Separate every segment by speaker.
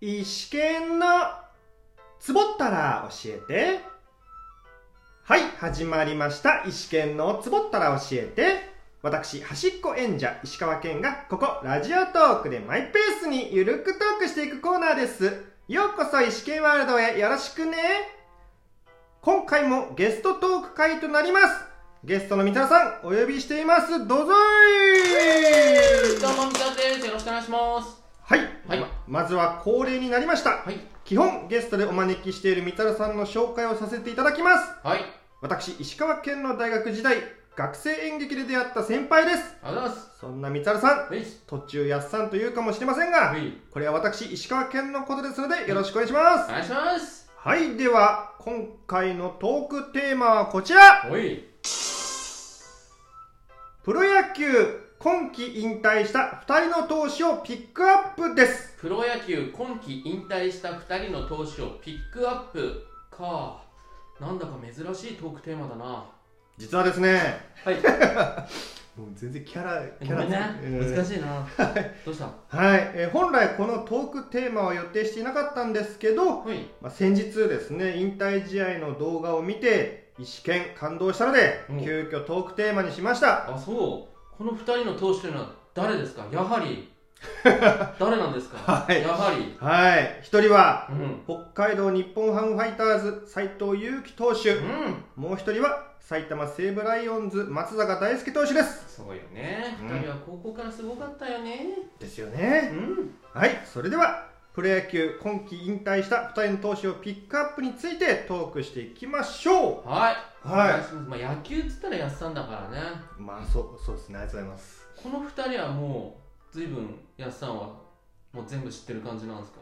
Speaker 1: 石剣のつぼったら教えてはい始まりました石剣のつぼったら教えて私端っこ演者石川県がここラジオトークでマイペースにゆるくトークしていくコーナーですようこそ石剣ワールドへよろしくね今回もゲストトーク会となりますゲストの三田さんお呼びしていますどうぞい
Speaker 2: どうもみたですよろしくお願いします
Speaker 1: はい、
Speaker 2: はい
Speaker 1: ままずは恒例になりました、
Speaker 2: はい
Speaker 1: 基本ゲストでお招きしているみたるさんの紹介をさせていただきます
Speaker 2: はい
Speaker 1: 私石川県の大学時代学生演劇で出会った先輩です
Speaker 2: ありがとうございます
Speaker 1: そんなみたるさん
Speaker 2: はい
Speaker 1: 途中やっさんというかもしれませんが、
Speaker 2: はい
Speaker 1: これは私石川県のことですのでよろしくお願いします
Speaker 2: お願いします
Speaker 1: はい、では今回のトークテーマはこちら
Speaker 2: おい
Speaker 1: プロ野球今季引退した2人の投手をピックアップです
Speaker 2: プロ野球今季引退した2人の投手をピックアップかなんだか珍しいトークテーマだなは
Speaker 1: 実はですね
Speaker 2: い
Speaker 1: もう全然キャラキ
Speaker 2: ご
Speaker 1: ャラ
Speaker 2: めんね
Speaker 1: えー
Speaker 2: 難しいなどうしたは
Speaker 1: はい、えー本来このトークテーマは予定していなかったんですけど、
Speaker 2: い
Speaker 1: まあ、先日ですね引退試合の動画を見て一見感動したので
Speaker 2: うん
Speaker 1: 急遽トークテーマにしました
Speaker 2: あそうこの2人の投手というのは誰ですかやはり誰なんですか、
Speaker 1: はい
Speaker 2: やはり
Speaker 1: はい一人は
Speaker 2: うん
Speaker 1: 北海道日本ハムファイターズ斎藤佑樹投
Speaker 2: う
Speaker 1: 手
Speaker 2: ん
Speaker 1: もう一人は埼玉西武ライオンズ松坂大輔投手です
Speaker 2: すごいよね、
Speaker 1: うん
Speaker 2: 2人は高校からすごかったよね
Speaker 1: ですよ
Speaker 2: う
Speaker 1: ね
Speaker 2: ん
Speaker 1: はいそれではプロ野球今季引退した2人の投手をピックアップについてトークしていきましょ
Speaker 2: はい、
Speaker 1: うはい
Speaker 2: お願いしますまあ、野球っつったらやっさんだからね
Speaker 1: まあそうそうですねありがとうございます
Speaker 2: この2人はもう随分やっさんはもう全部知ってる感じなんですか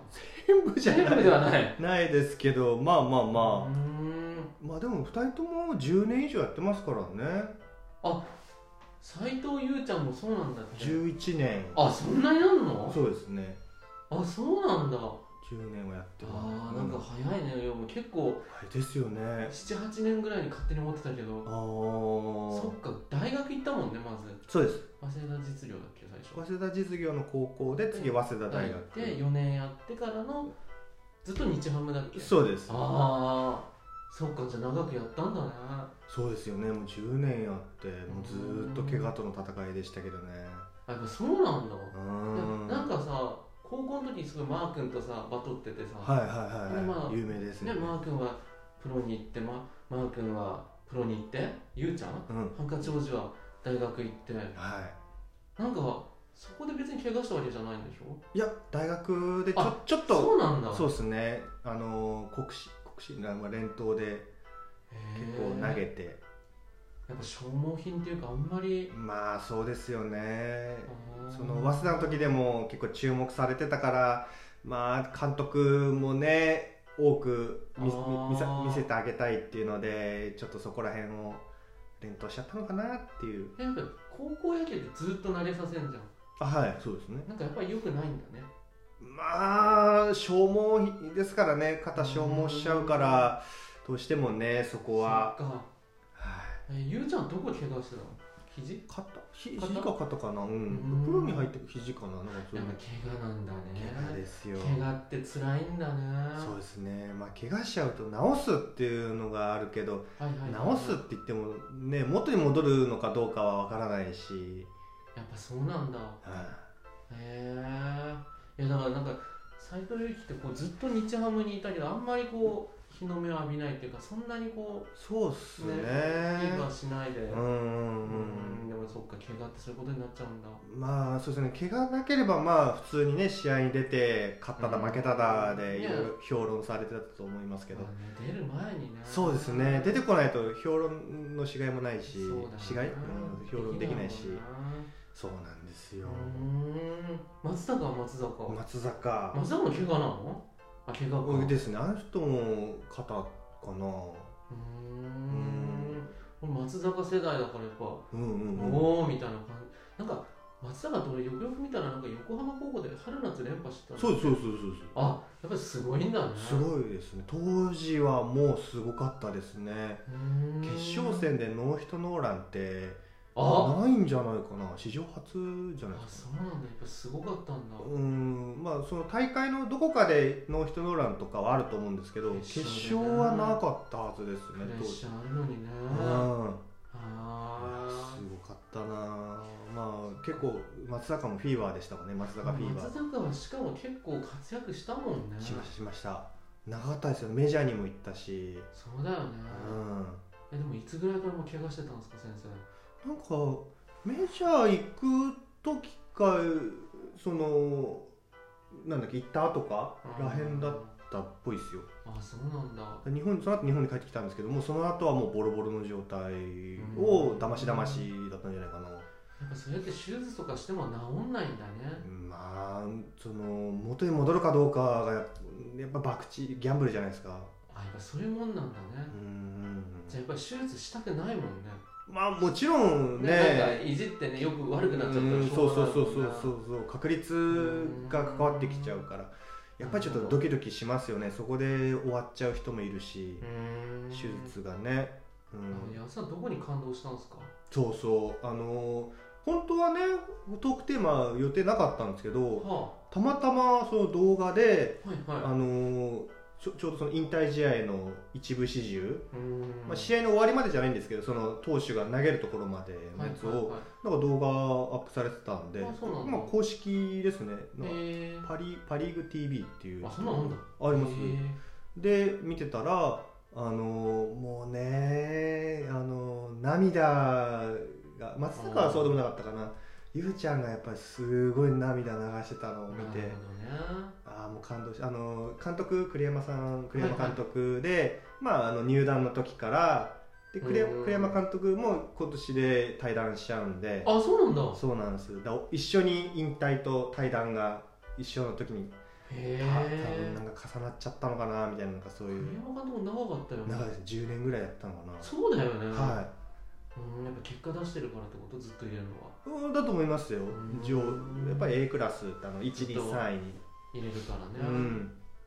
Speaker 1: 全部じゃ
Speaker 2: 全
Speaker 1: な
Speaker 2: 部
Speaker 1: い
Speaker 2: ではない
Speaker 1: ないですけどまあまあまあ、
Speaker 2: うーん
Speaker 1: まあでも2人とも10年以上やってますからね
Speaker 2: 斎藤優ちゃんもそうなんだって
Speaker 1: 11年
Speaker 2: あそんなになんの
Speaker 1: そうですね
Speaker 2: あそうなんだ
Speaker 1: 10年はやってま
Speaker 2: あ
Speaker 1: す
Speaker 2: ーなんか早いねよもう結構
Speaker 1: はいですよね
Speaker 2: 78年ぐらいに勝手に思ってたけど
Speaker 1: ああ
Speaker 2: そっか大学行ったもんねまず
Speaker 1: そうです
Speaker 2: 早稲田実業だっけ最初
Speaker 1: 早稲田実業の高校で次早稲田大
Speaker 2: 行っ
Speaker 1: 学
Speaker 2: て4年やってからのずっと日ハムだっけ
Speaker 1: そうです
Speaker 2: ああそっかじゃあ長くやったんだね
Speaker 1: そうですよねもう10年やってもうずーっと怪我との戦いでしたけどね
Speaker 2: あやっぱそうなんだ
Speaker 1: うー
Speaker 2: い
Speaker 1: ん
Speaker 2: やなんかさ高校の時にすごいマー君とさバトっててさ、
Speaker 1: はいはいはい、はい
Speaker 2: でまあ
Speaker 1: 有名ですね
Speaker 2: ね、マー君はプロに行って、ま、マー君はプロに行ってゆうちゃん
Speaker 1: うん
Speaker 2: ハンカチ王子は大学行ってなんか
Speaker 1: はい
Speaker 2: そこで別に怪我したわけじゃないんでしょ
Speaker 1: いや大学でちょ
Speaker 2: あ
Speaker 1: ちょっと
Speaker 2: そうなんだ
Speaker 1: そうですねあのー国士国士なまあ連投で結構投
Speaker 2: へ
Speaker 1: げ
Speaker 2: え
Speaker 1: て
Speaker 2: やっぱ消耗品っていうかあんまり
Speaker 1: まあそうですよね
Speaker 2: あー
Speaker 1: その早稲田の時でも結構注目されてたからまあ監督もね多く見
Speaker 2: あー
Speaker 1: 見さ見せてあげたいっていうのでちょっとそこら辺を連投しちゃったのかなっていう
Speaker 2: えやっぱ高校野球ってずっと慣れさせんじゃん
Speaker 1: あはいそうですね
Speaker 2: なんかやっぱり良くないんだね
Speaker 1: まあ消耗ですからね肩消耗しちゃうからどうしてもねそこは
Speaker 2: そっか
Speaker 1: はい
Speaker 2: えゆうちゃんどこ怪我してたの肘
Speaker 1: 肩ひ
Speaker 2: 肩
Speaker 1: 肘か肩かなうん
Speaker 2: うん
Speaker 1: プロに入ってく肘かななんかそうい
Speaker 2: や
Speaker 1: う
Speaker 2: っぱ怪我なんだね
Speaker 1: 怪我ですよ
Speaker 2: 怪我って辛いんだね
Speaker 1: そうですねまあ怪我しちゃうと治すっていうのがあるけど
Speaker 2: はいはいはいはい
Speaker 1: 治すって言ってもね元に戻るのかどうかはわからないし
Speaker 2: やっぱそうなんだ
Speaker 1: は
Speaker 2: へえいやだからなんか斎藤佑樹ってこうずっと日ハムにいたけどあんまりこう日の目を浴びないっていうかそんなにこ
Speaker 1: いそうっすね
Speaker 2: ねう怪我しないで
Speaker 1: うんうん
Speaker 2: うんでもそっか怪我ってそういうことになっちゃうんだ
Speaker 1: うんまあそうですね怪我なければまあ普通にね試合に出て勝っただ
Speaker 2: うん
Speaker 1: 負けただで
Speaker 2: ね
Speaker 1: いろいろ評論されてたと思いますけど
Speaker 2: まあね出る前にね
Speaker 1: そうですね出てこないと評論のしがいもないし
Speaker 2: そうだな
Speaker 1: しがい、うん評論できないし
Speaker 2: できもんな
Speaker 1: そうなんです
Speaker 2: う
Speaker 1: よ、
Speaker 2: ーん松坂は松坂、
Speaker 1: 松坂
Speaker 2: 松坂も怪我なのあ怪我か
Speaker 1: ですねあの人も肩かな
Speaker 2: うーん俺松坂世代だからやっぱ、
Speaker 1: うんうんうん
Speaker 2: おおみたいな感じなんか松坂って俺よくよく見たらなんか横浜高校で春夏連覇してたの
Speaker 1: そうですそうですそう
Speaker 2: あやっぱりすごいんだね
Speaker 1: ですすごいですね当時はもうすごかったですね
Speaker 2: うーん
Speaker 1: 決勝戦でノーヒットノーランって
Speaker 2: あ
Speaker 1: ないんじゃないかな史上初じゃない
Speaker 2: あ
Speaker 1: です
Speaker 2: そ
Speaker 1: か
Speaker 2: うなんだやっぱすごかったんだ
Speaker 1: うーんまあその大会のどこかでノーヒットノーランとかはあると思うんですけど決
Speaker 2: 決勝
Speaker 1: 勝
Speaker 2: でね
Speaker 1: はなかったはずです
Speaker 2: プ
Speaker 1: ね
Speaker 2: レッ
Speaker 1: 当
Speaker 2: シ
Speaker 1: 時
Speaker 2: ャーあるのにね
Speaker 1: うん
Speaker 2: あ
Speaker 1: すごかったなまあ結構松坂もフィーバーでしたもんね松
Speaker 2: あ
Speaker 1: 坂フィーバー
Speaker 2: 松坂はしかも結構活躍したもんね
Speaker 1: しましたしました長かったですよねメジャーにも行ったし
Speaker 2: そうだよね
Speaker 1: うん
Speaker 2: えでもいつぐらいからもう怪我してたんですか先生
Speaker 1: なんかメジャー行く時かそのなんだっけ行った後かららへんだったっぽいですよ
Speaker 2: あそうなんだ
Speaker 1: 日本その後日本に帰ってきたんですけどもうその後はもうボロボロの状態をだましだましだったんじゃないかな、
Speaker 2: やっぱそれって手術とかしても治んないんだね
Speaker 1: まあその元に戻るかどうかがやっぱ博打ギャンブルじゃないですか
Speaker 2: あやっぱそういうもんなんだね
Speaker 1: う、ん
Speaker 2: じゃあやっぱり手術したくないもんね
Speaker 1: まあもちろんね
Speaker 2: ねなんかいじってねよく悪くなっちゃったら
Speaker 1: うん
Speaker 2: し
Speaker 1: そ
Speaker 2: ょ
Speaker 1: う
Speaker 2: うが
Speaker 1: そう
Speaker 2: ない
Speaker 1: そ
Speaker 2: も
Speaker 1: うんそうそうそ
Speaker 2: な
Speaker 1: う確率が関わってきちゃうからやっぱりちょっとドキドキしますよねそこで終わっちゃう人もいるし
Speaker 2: うーん
Speaker 1: 手術がね、う
Speaker 2: あ
Speaker 1: ん、
Speaker 2: 安さんどこに感動したんですか
Speaker 1: そうそうあのー本当はねトークテーマ予定なかったんですけど
Speaker 2: は
Speaker 1: たまたまその動画で、
Speaker 2: あ、はいはい
Speaker 1: あのーちょちょうどその引退試合の一部始終、
Speaker 2: うーん
Speaker 1: まあ、試合の終わりまでじゃないんですけどその投手が投げるところまでのやつを、
Speaker 2: はいはいはい
Speaker 1: なんか動画アップされてたんで
Speaker 2: あそうなんだ
Speaker 1: まあ、公式ですね、なんか
Speaker 2: へ
Speaker 1: パリパリーグ TV っていう
Speaker 2: あそんなのあんだ
Speaker 1: あります
Speaker 2: え
Speaker 1: で見てたらあのーもうねあのー涙が松坂はそうでもなかったかなゆうちゃんがやっぱりすごい涙流してたのを見て、
Speaker 2: なるほどね
Speaker 1: ああもう感動しあのー監督栗山さん栗山監督で、まああの入団の時からで栗
Speaker 2: うん
Speaker 1: 栗山監督も今年で退団しちゃうんで
Speaker 2: あそうなんだ
Speaker 1: そうなんですだ一緒に引退と対談が一緒の時に
Speaker 2: へ
Speaker 1: た多分な
Speaker 2: え
Speaker 1: んか重なっちゃったのかなみたいななんかそういう
Speaker 2: 栗山監督長かったよね
Speaker 1: 長いです10年ぐらいやったのか
Speaker 2: そうだよね
Speaker 1: なは
Speaker 2: うーんやっぱ結果出してるからってことずっと言えるのはい
Speaker 1: うんだと思いますよ
Speaker 2: ん
Speaker 1: 上やっぱり A クラスってあの123位に
Speaker 2: 入れるから
Speaker 1: う
Speaker 2: ね、
Speaker 1: ん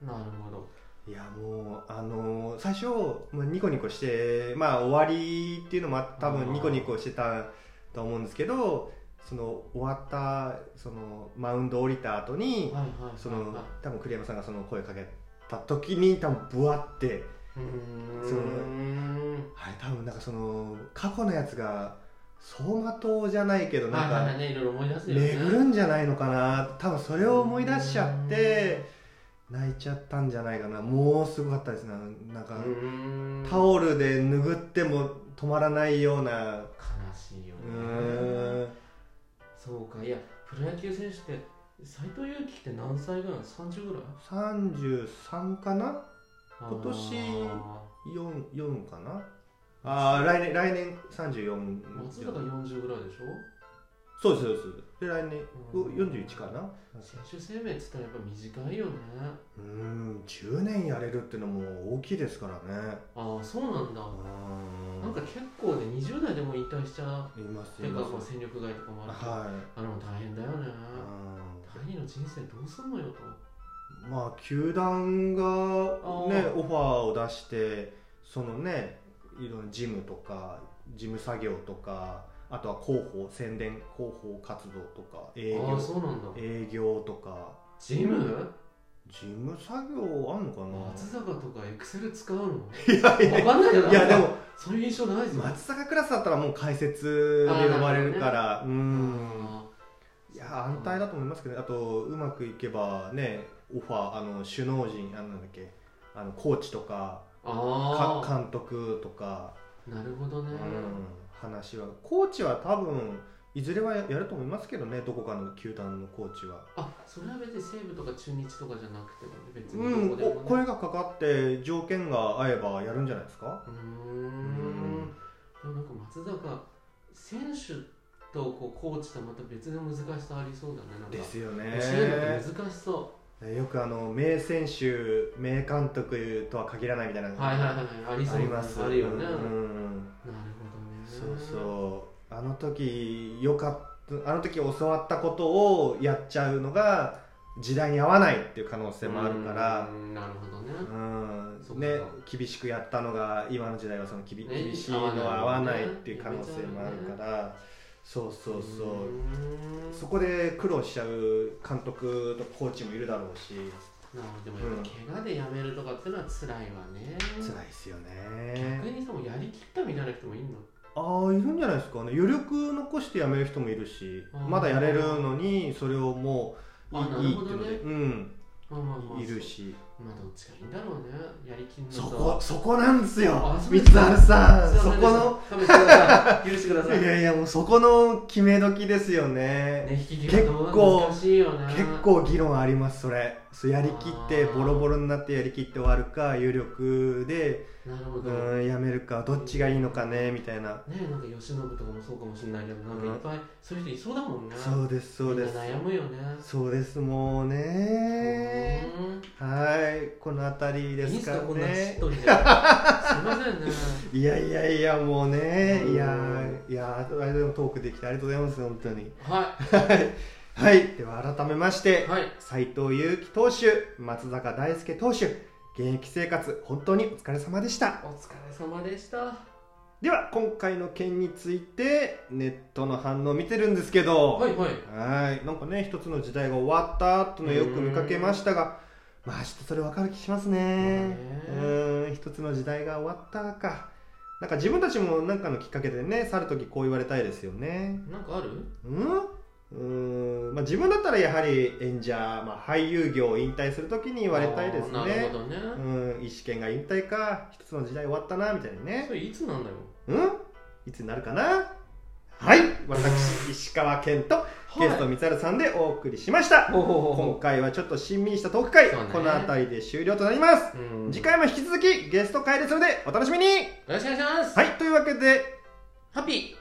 Speaker 2: なるほど
Speaker 1: いやもうあのー最初、まあ、ニコニコしてまあ終わりっていうのもあ多
Speaker 2: うん
Speaker 1: 分ニコニコしてたと思うんですけどその終わったそのマウンド降りた後に
Speaker 2: はいはいはい、はい、
Speaker 1: その多分栗山さんがその声かけた時に多分ブワって
Speaker 2: うーん
Speaker 1: そのあれ多分なんかその過去のやつが走馬灯じゃないけど
Speaker 2: はいはいは
Speaker 1: ないんか
Speaker 2: ねいろいろ思い出すよね
Speaker 1: 巡るんじゃないのかな多分それを思い出しちゃって泣いちゃったんじゃないかなもうすごかったですねなん
Speaker 2: う
Speaker 1: か
Speaker 2: ーん
Speaker 1: タオルで拭っても止まらないような
Speaker 2: 悲しいよね
Speaker 1: うーん
Speaker 2: そうかいやプロ野球選手って斎藤佑樹って何歳ぐらいなの30ぐらい
Speaker 1: 33かな今年
Speaker 2: あ
Speaker 1: 4, 四かなあー来年来年34
Speaker 2: ー松坂40ぐらいでしょ
Speaker 1: そうですそうですで来年
Speaker 2: うん
Speaker 1: お41かな
Speaker 2: 選手生命っつったらやっぱ短いよね
Speaker 1: うーん10年やれるってのも大きいですからね
Speaker 2: ああそうなんだ
Speaker 1: うーん
Speaker 2: なんか結構ね20代でも引退しちゃ
Speaker 1: います
Speaker 2: う
Speaker 1: い
Speaker 2: てかま
Speaker 1: ま
Speaker 2: あ
Speaker 1: す
Speaker 2: 戦力外とかもあるし
Speaker 1: は
Speaker 2: あの大変だよね
Speaker 1: いうん
Speaker 2: 第二の人生どうすんのよと
Speaker 1: まあ球団がね
Speaker 2: ー
Speaker 1: オファーを出してそのねいろんな事務とか事務作業とかあとは広報宣伝広報活動とか営
Speaker 2: ああ
Speaker 1: 業
Speaker 2: そうなんだ
Speaker 1: 営業とか
Speaker 2: ジム
Speaker 1: 事務作業あんのか
Speaker 2: 松坂とかエクセル使うの
Speaker 1: ないやい
Speaker 2: 分かんないよ
Speaker 1: や
Speaker 2: ない
Speaker 1: やでも
Speaker 2: そういう印象ないぞ
Speaker 1: 松坂クラスだったらもう解説で呼ばれるからう
Speaker 2: うんん
Speaker 1: いや安泰だと思いますけどあとうまくいけばねオファーあの首脳陣あのなんだっけあのコーチとかか
Speaker 2: あ
Speaker 1: 監督とか、
Speaker 2: あなるほど
Speaker 1: う
Speaker 2: ね
Speaker 1: ん、話はコーチは多分いずれはやると思いますけどねどこかの球団のコーチは、
Speaker 2: あそれは別に西武とか中日とかじゃなくてもね別
Speaker 1: う
Speaker 2: に
Speaker 1: ん
Speaker 2: どこで
Speaker 1: お
Speaker 2: もね
Speaker 1: 声がかかって条件が合えばやるんじゃないですか
Speaker 2: うー
Speaker 1: うん
Speaker 2: でもなんか松坂選手とこうコーチとはまた別の難しさありそうだねなんか
Speaker 1: ですよ
Speaker 2: 教
Speaker 1: ね
Speaker 2: えるのって難しそ
Speaker 1: よくあの名選手名監督とは限らないみたいな
Speaker 2: うはいはいはいはいありそう
Speaker 1: あります
Speaker 2: あるよね
Speaker 1: う
Speaker 2: なるほどね
Speaker 1: んそうそうあの時よかったあの時教わったことをやっちゃうのが時代に合わないっていう可能性もあるから
Speaker 2: うーんなるほどね
Speaker 1: うん
Speaker 2: そっか
Speaker 1: ね厳しくやったのが今の時代はその厳
Speaker 2: ね
Speaker 1: 厳しいのは合わないっていう可能性もあるからそうそうそう
Speaker 2: ーん
Speaker 1: そこで苦労しちゃう監督とコーチもいるだろうし
Speaker 2: なるほどでもやっぱ怪我でやめるとかっていうのは辛いわね
Speaker 1: 辛いですよ
Speaker 2: 逆
Speaker 1: ね
Speaker 2: にさもうやりきったみたいな人もいるの
Speaker 1: ああいるんじゃないですかね余力残して辞める人もいるし
Speaker 2: あー
Speaker 1: まだやれるのにそれをもうい
Speaker 2: あない
Speaker 1: い
Speaker 2: る
Speaker 1: い
Speaker 2: ほ
Speaker 1: っていう
Speaker 2: ど
Speaker 1: ので、
Speaker 2: ね
Speaker 1: うん
Speaker 2: まあまあまあ
Speaker 1: いるし
Speaker 2: まあどっちがいいんだろうねやりきんの
Speaker 1: そ
Speaker 2: さ
Speaker 1: こそこなんですよ
Speaker 2: あそ
Speaker 1: 三
Speaker 2: うです
Speaker 1: つ
Speaker 2: か
Speaker 1: あるさんそこの
Speaker 2: 亀井さん許してください
Speaker 1: いやいやもうそこの決め時ですよね
Speaker 2: ね引き際どうなの難しいよね
Speaker 1: 結構議論ありますそれそうやりきってボロボロになってやりきって終わるか有力で
Speaker 2: なるほど、ね
Speaker 1: うんやめるかどっちがいいのかねみたいな
Speaker 2: なんか吉信とかもそうかもしれないけどなんかいっぱいそういう人いそうだもんね
Speaker 1: そうですそうで
Speaker 2: みん
Speaker 1: す
Speaker 2: な悩むよね
Speaker 1: そうですもうね
Speaker 2: うん
Speaker 1: はいこの辺りで
Speaker 2: いいん
Speaker 1: す
Speaker 2: す
Speaker 1: か
Speaker 2: かこんなしっ
Speaker 1: ね
Speaker 2: とりですいませんね
Speaker 1: いやいやいやもうね
Speaker 2: うん
Speaker 1: いやーいやーあれでもトークできてありがとうございます本当に
Speaker 2: は
Speaker 1: はいでは改めまして
Speaker 2: いはい
Speaker 1: 斉藤佑樹投手松坂大輔投手現役生活本当にお疲れ様でした
Speaker 2: お疲れ様でした
Speaker 1: では今回の件についてネットの反応を見てるんですけど
Speaker 2: はいはい
Speaker 1: はいなんかね一つの時代が終わったというのをよく見かけましたがまあちょっとそれ分かる気しますねう
Speaker 2: まあね
Speaker 1: ーん一つの時代が終わったかなんか自分たちもなんかのきっかけでね去る時こう言われたいですよね
Speaker 2: なんかある
Speaker 1: うんうーんまあ、自分だったらやはり演者、まあ、俳優業を引退する時に言われたいです
Speaker 2: あーなる
Speaker 1: ね
Speaker 2: ほどね、
Speaker 1: うん一試験が引退か一つの時代終わったなみたいにね
Speaker 2: それいつなんだよ
Speaker 1: うんいつになるかなはい私石川健とゲスト
Speaker 2: はい
Speaker 1: 三原さんでお送りしました
Speaker 2: ほうほうほうほ
Speaker 1: 今回はちょっと親民したトーク会、
Speaker 2: そうね
Speaker 1: この辺りで終了となります
Speaker 2: ううん
Speaker 1: 次回も引き続きゲスト会ですのでお楽しみに
Speaker 2: よろしくお願いします、
Speaker 1: はいというわけで
Speaker 2: ハッピー